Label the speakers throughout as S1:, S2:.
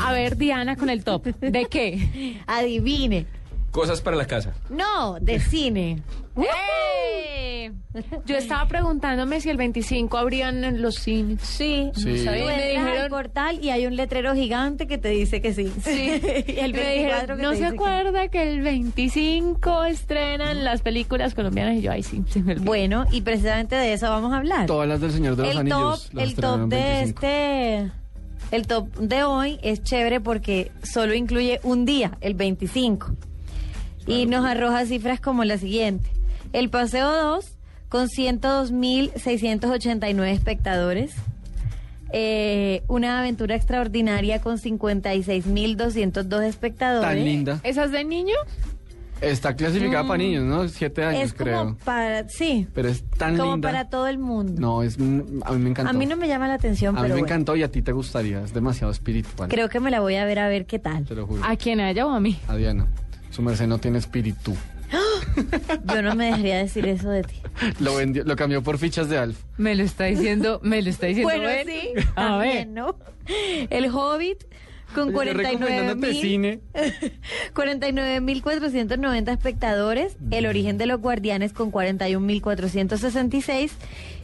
S1: A ver, Diana, con el top. ¿De qué?
S2: Adivine.
S3: Cosas para la casa.
S2: No, de cine.
S1: ¡Eh! Yo estaba preguntándome si el 25 abrían los cines.
S2: Sí.
S3: Sí.
S2: Tú
S1: me
S2: entras al
S1: dijeron-
S2: portal y hay un letrero gigante que te dice que sí.
S1: Sí.
S2: Y el
S1: Me dijeron,
S2: 24 que
S1: ¿no
S2: te
S1: se
S2: dice que
S1: acuerda que... el 25 estrenan las películas colombianas? Y yo, ay, sí, se me olvidó.
S2: Bueno, y precisamente de eso vamos a hablar.
S4: Todas las del Señor de los
S2: el top,
S4: Anillos. las
S2: el top
S4: estrenaron
S2: de
S4: 25.
S2: este. El top de hoy es chévere porque solo incluye un día, el 25. Y nos arroja cifras como la siguiente. El paseo 2 con 102.689 espectadores. Eh, una aventura extraordinaria con 56.202 espectadores.
S4: Tan linda.
S2: este
S1: ¿Esas de niño?
S4: Está clasificada para niños, ¿no? Siete años,
S2: Mm. Es como
S4: creo.
S2: para, sí,
S4: Pero es tan
S2: como
S4: linda.
S2: para todo el mundo.
S4: No, es, a mí me encantó.
S2: a mí no me llama la
S4: A
S2: atención,
S4: mí
S2: pero
S4: me
S2: bueno.
S4: encantó y a ti te gustaría. Es demasiado espiritual.
S2: Creo que me la voy a ver a ver qué tal.
S4: Te lo juro.
S1: ¿A quién haya o a mí?
S4: A Diana. Su merced no tiene espíritu.
S2: Yo no me dejaría decir eso de ti.
S4: Lo vendió, lo cambió por fichas de Alf.
S1: Me lo está diciendo, me lo está diciendo.
S2: Bueno,
S1: él.
S2: sí.
S1: A ver.
S2: también, ¿no? El Hobbit con
S4: Yo recomendándote
S2: 49.490
S4: cine.
S2: 49.490 espectadores. El origen de los guardianes con 41.466.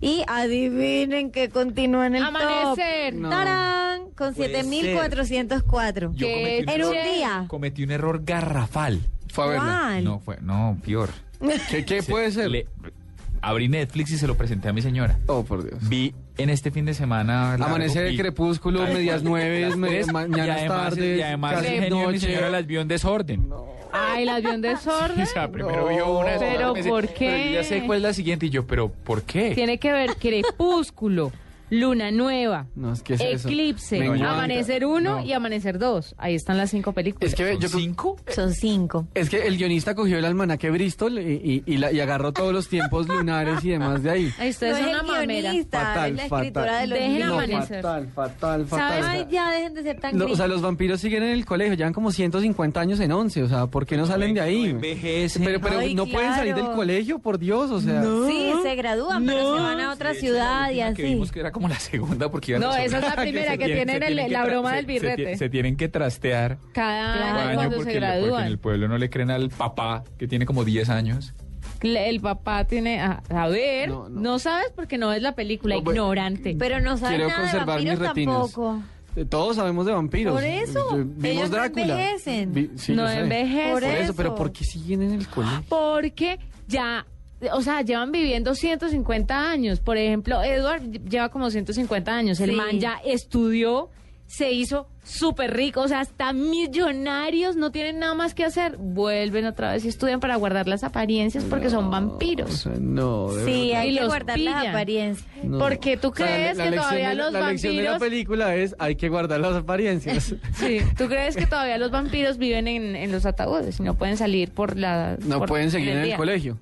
S2: Y adivinen que continúa en el
S1: Amanecer.
S2: top.
S4: No.
S2: ¡Tarán! Con
S3: Puede ser.
S2: 7.404.
S3: Yo
S1: Qué
S3: cometí un,
S2: En un
S3: error,
S1: chévere.
S2: día.
S3: cometí un error garrafal.
S4: Fue a verla.
S2: ¿Cuál?
S3: No fue, no, peor.
S4: ¿Qué, qué
S3: Se-
S4: puede ser?
S3: le- abrí Netflix y se lo presenté a mi señora.
S4: Oh, por Dios.
S3: Vi en este fin de semana. largo
S4: Amanecer,
S3: y-
S4: crepúsculo, medias nueve,
S3: Las tres, y
S4: mañanas
S3: además,
S4: tardes,
S3: Y además
S4: casi
S3: el genio de mi
S4: noche.
S3: señora las vio en desorden.
S1: Ay, las vio en desorden.
S3: O sea, primero vio una.
S1: Pero
S3: después me dice,
S1: ¿por
S3: "Pero yo
S1: qué?
S3: ya sé cuál es la siguiente. Y yo, pero ¿por qué?
S1: Tiene que ver crepúsculo, luna nueva.
S4: No, es que es eso.
S1: Eclipse,
S4: Me encanta.
S1: Amanecer 1
S4: No.
S1: y Amanecer 2. Ahí están las cinco películas.
S4: Es que ve,
S3: ¿Son
S4: yo creo-
S3: cinco?
S2: Son cinco.
S4: es que el guionista cogió el almanaque Bristol y, y- y la- y agarró todos los tiempos lunares y demás de ahí.
S1: Ay,
S2: No
S1: ustedes
S2: es
S1: son
S2: el
S1: una mamera.
S2: guionista,
S4: Fatal,
S2: es la
S4: fatal.
S2: escritora de los
S1: Dejen
S2: libros.
S1: amanecer.
S4: fatal, fatal, fatal.
S2: ¿Sabes? Ay, ya dejen de ser tan
S4: No, o sea,
S2: gringos.
S4: los vampiros siguen en el colegio, llevan como 150 años en 11, o sea, ¿por qué no salen de
S3: No
S4: ahí?
S3: envejecen.
S4: Pero, pero
S2: Ay,
S4: no pueden salir del
S2: claro.
S4: colegio, por Dios, o sea.
S2: Sí, se gradúan, pero se van a otra
S3: De hecho,
S2: ciudad
S3: la
S2: y
S3: última Que
S2: así.
S3: vimos que era como la segunda porque iban
S1: No,
S3: a sobre-
S1: esa es la primera,
S3: se
S1: que
S3: tienen-
S1: tienen
S3: se
S1: el-
S3: tienen que
S1: la
S3: tra-
S1: broma
S3: se-
S1: del
S3: se ti-
S1: birrete.
S3: Se, tienen que trastear
S1: Cada
S2: Claro.
S1: año
S3: cada año
S1: cuando se
S3: porque, le- porque en el
S1: gradúan.
S3: pueblo no le creen al papá que tiene como 10 años.
S1: Le- El papá tiene. A, a ver, no,
S4: No, no.
S1: sabes porque no ves la película,
S4: No, pues, bueno.
S1: ignorante.
S2: Pero no saben
S4: Quiero
S2: nada de
S4: conservar mis
S2: vampiros
S4: retinas.
S2: tampoco.
S4: Eh, Todos sabemos de vampiros.
S2: Por eso,
S4: Eh, Vimos
S2: ellos no
S4: Drácula.
S2: envejecen.
S4: sí,
S1: no
S4: yo sé.
S1: envejece.
S2: Por
S4: Por eso, pero
S2: eso.
S4: ¿por qué siguen en el colegio?
S1: Porque ya. O sea, llevan viviendo 150 años. Por ejemplo, Edward lleva como 150 años. El
S2: Sí.
S1: man ya estudió, se hizo súper rico. O sea, hasta millonarios no tienen nada más que hacer. Vuelven otra vez y estudian para guardar las apariencias porque son
S4: O
S1: vampiros.
S4: sea, no, de
S2: Sí,
S4: verdad.
S1: Y
S2: hay que
S1: los
S2: guardar las
S1: pillan.
S2: apariencias.
S4: No.
S1: Porque tú
S4: O sea, la-
S1: crees
S4: la
S1: que
S4: lección
S1: todavía
S4: de la-
S1: los
S4: La lección de la
S1: vampiros.
S4: película es hay que guardar las apariencias.
S1: Sí, ¿tú crees que todavía los vampiros viven en, en los ataúdes y no pueden salir por la...
S4: No
S1: por-
S4: pueden seguir en el
S1: día?
S4: colegio.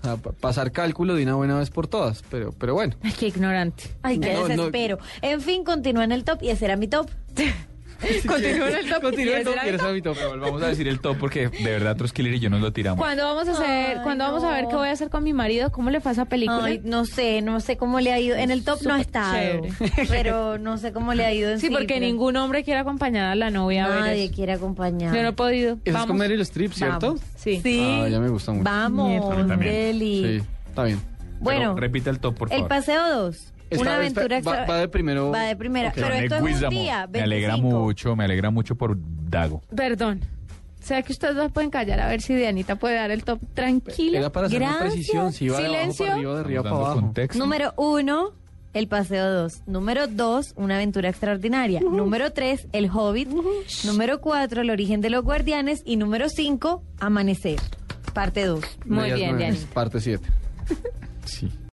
S4: O sea, pa- pasar cálculo de una buena vez por todas, pero, pero bueno.
S1: Ay, qué ignorante.
S2: Ay, qué
S4: No, no.
S2: desespero. En fin, continúa en el top y ese era mi top.
S1: Continúa en el top.
S4: Continúa el top,
S1: Será-
S4: ¿quieres saber mi top?
S3: Pero vamos a decir el top porque de verdad Troskiller y yo nos lo tiramos.
S1: ¿Cuándo vamos a hacer,
S2: Ay,
S1: cuando vamos a ver
S2: no.
S1: qué voy a hacer con mi marido? ¿Cómo le fue a esa película?
S2: Ay, no sé, no sé cómo le ha ido. En el top no ha estado, pero no sé cómo le ha ido en
S1: sí, porque
S2: pero
S1: ningún hombre quiere acompañar a la novia a ver
S2: Nadie
S1: eso.
S2: quiere acompañar.
S1: Yo no he podido.
S4: Eso es
S1: Vamos.
S4: con Meryl Streep, ¿cierto?
S1: Vamos. Sí.
S4: Ah, ya me gusta mucho.
S3: A mí
S2: Vamos,
S3: también.
S2: Deli.
S4: Sí, está bien.
S2: Bueno,
S3: Pero repita el top, por
S2: el
S3: favor.
S2: paseo 2.
S4: Está-
S2: Una aventura
S4: está- va-
S2: extra-
S4: va de primero.
S2: Va de primera,
S4: Ok.
S2: pero
S3: René
S2: esto es un
S3: Guizamo.
S2: día.
S3: Me alegra
S2: 25.
S3: mucho, me alegra mucho por Dago.
S4: Ah.
S1: Perdón. O sea que ustedes dos pueden callar a ver si Dianita puede dar el top tranquila.
S4: Era para hacer una
S2: Gracias.
S4: precisión, si iba de abajo
S1: Silencio.
S4: para arriba, de arriba para
S3: Estamos dando
S4: abajo.
S3: contexto.
S2: Número uno, el paseo 2. Número dos, una aventura extraordinaria. Número tres, el hobbit. Número cuatro, el origen de los guardianes. Y número cinco, amanecer. Parte 2.
S1: Muy
S4: Medias
S1: bien,
S4: nueve,
S1: Diana.
S4: Parte 7.
S3: Sí.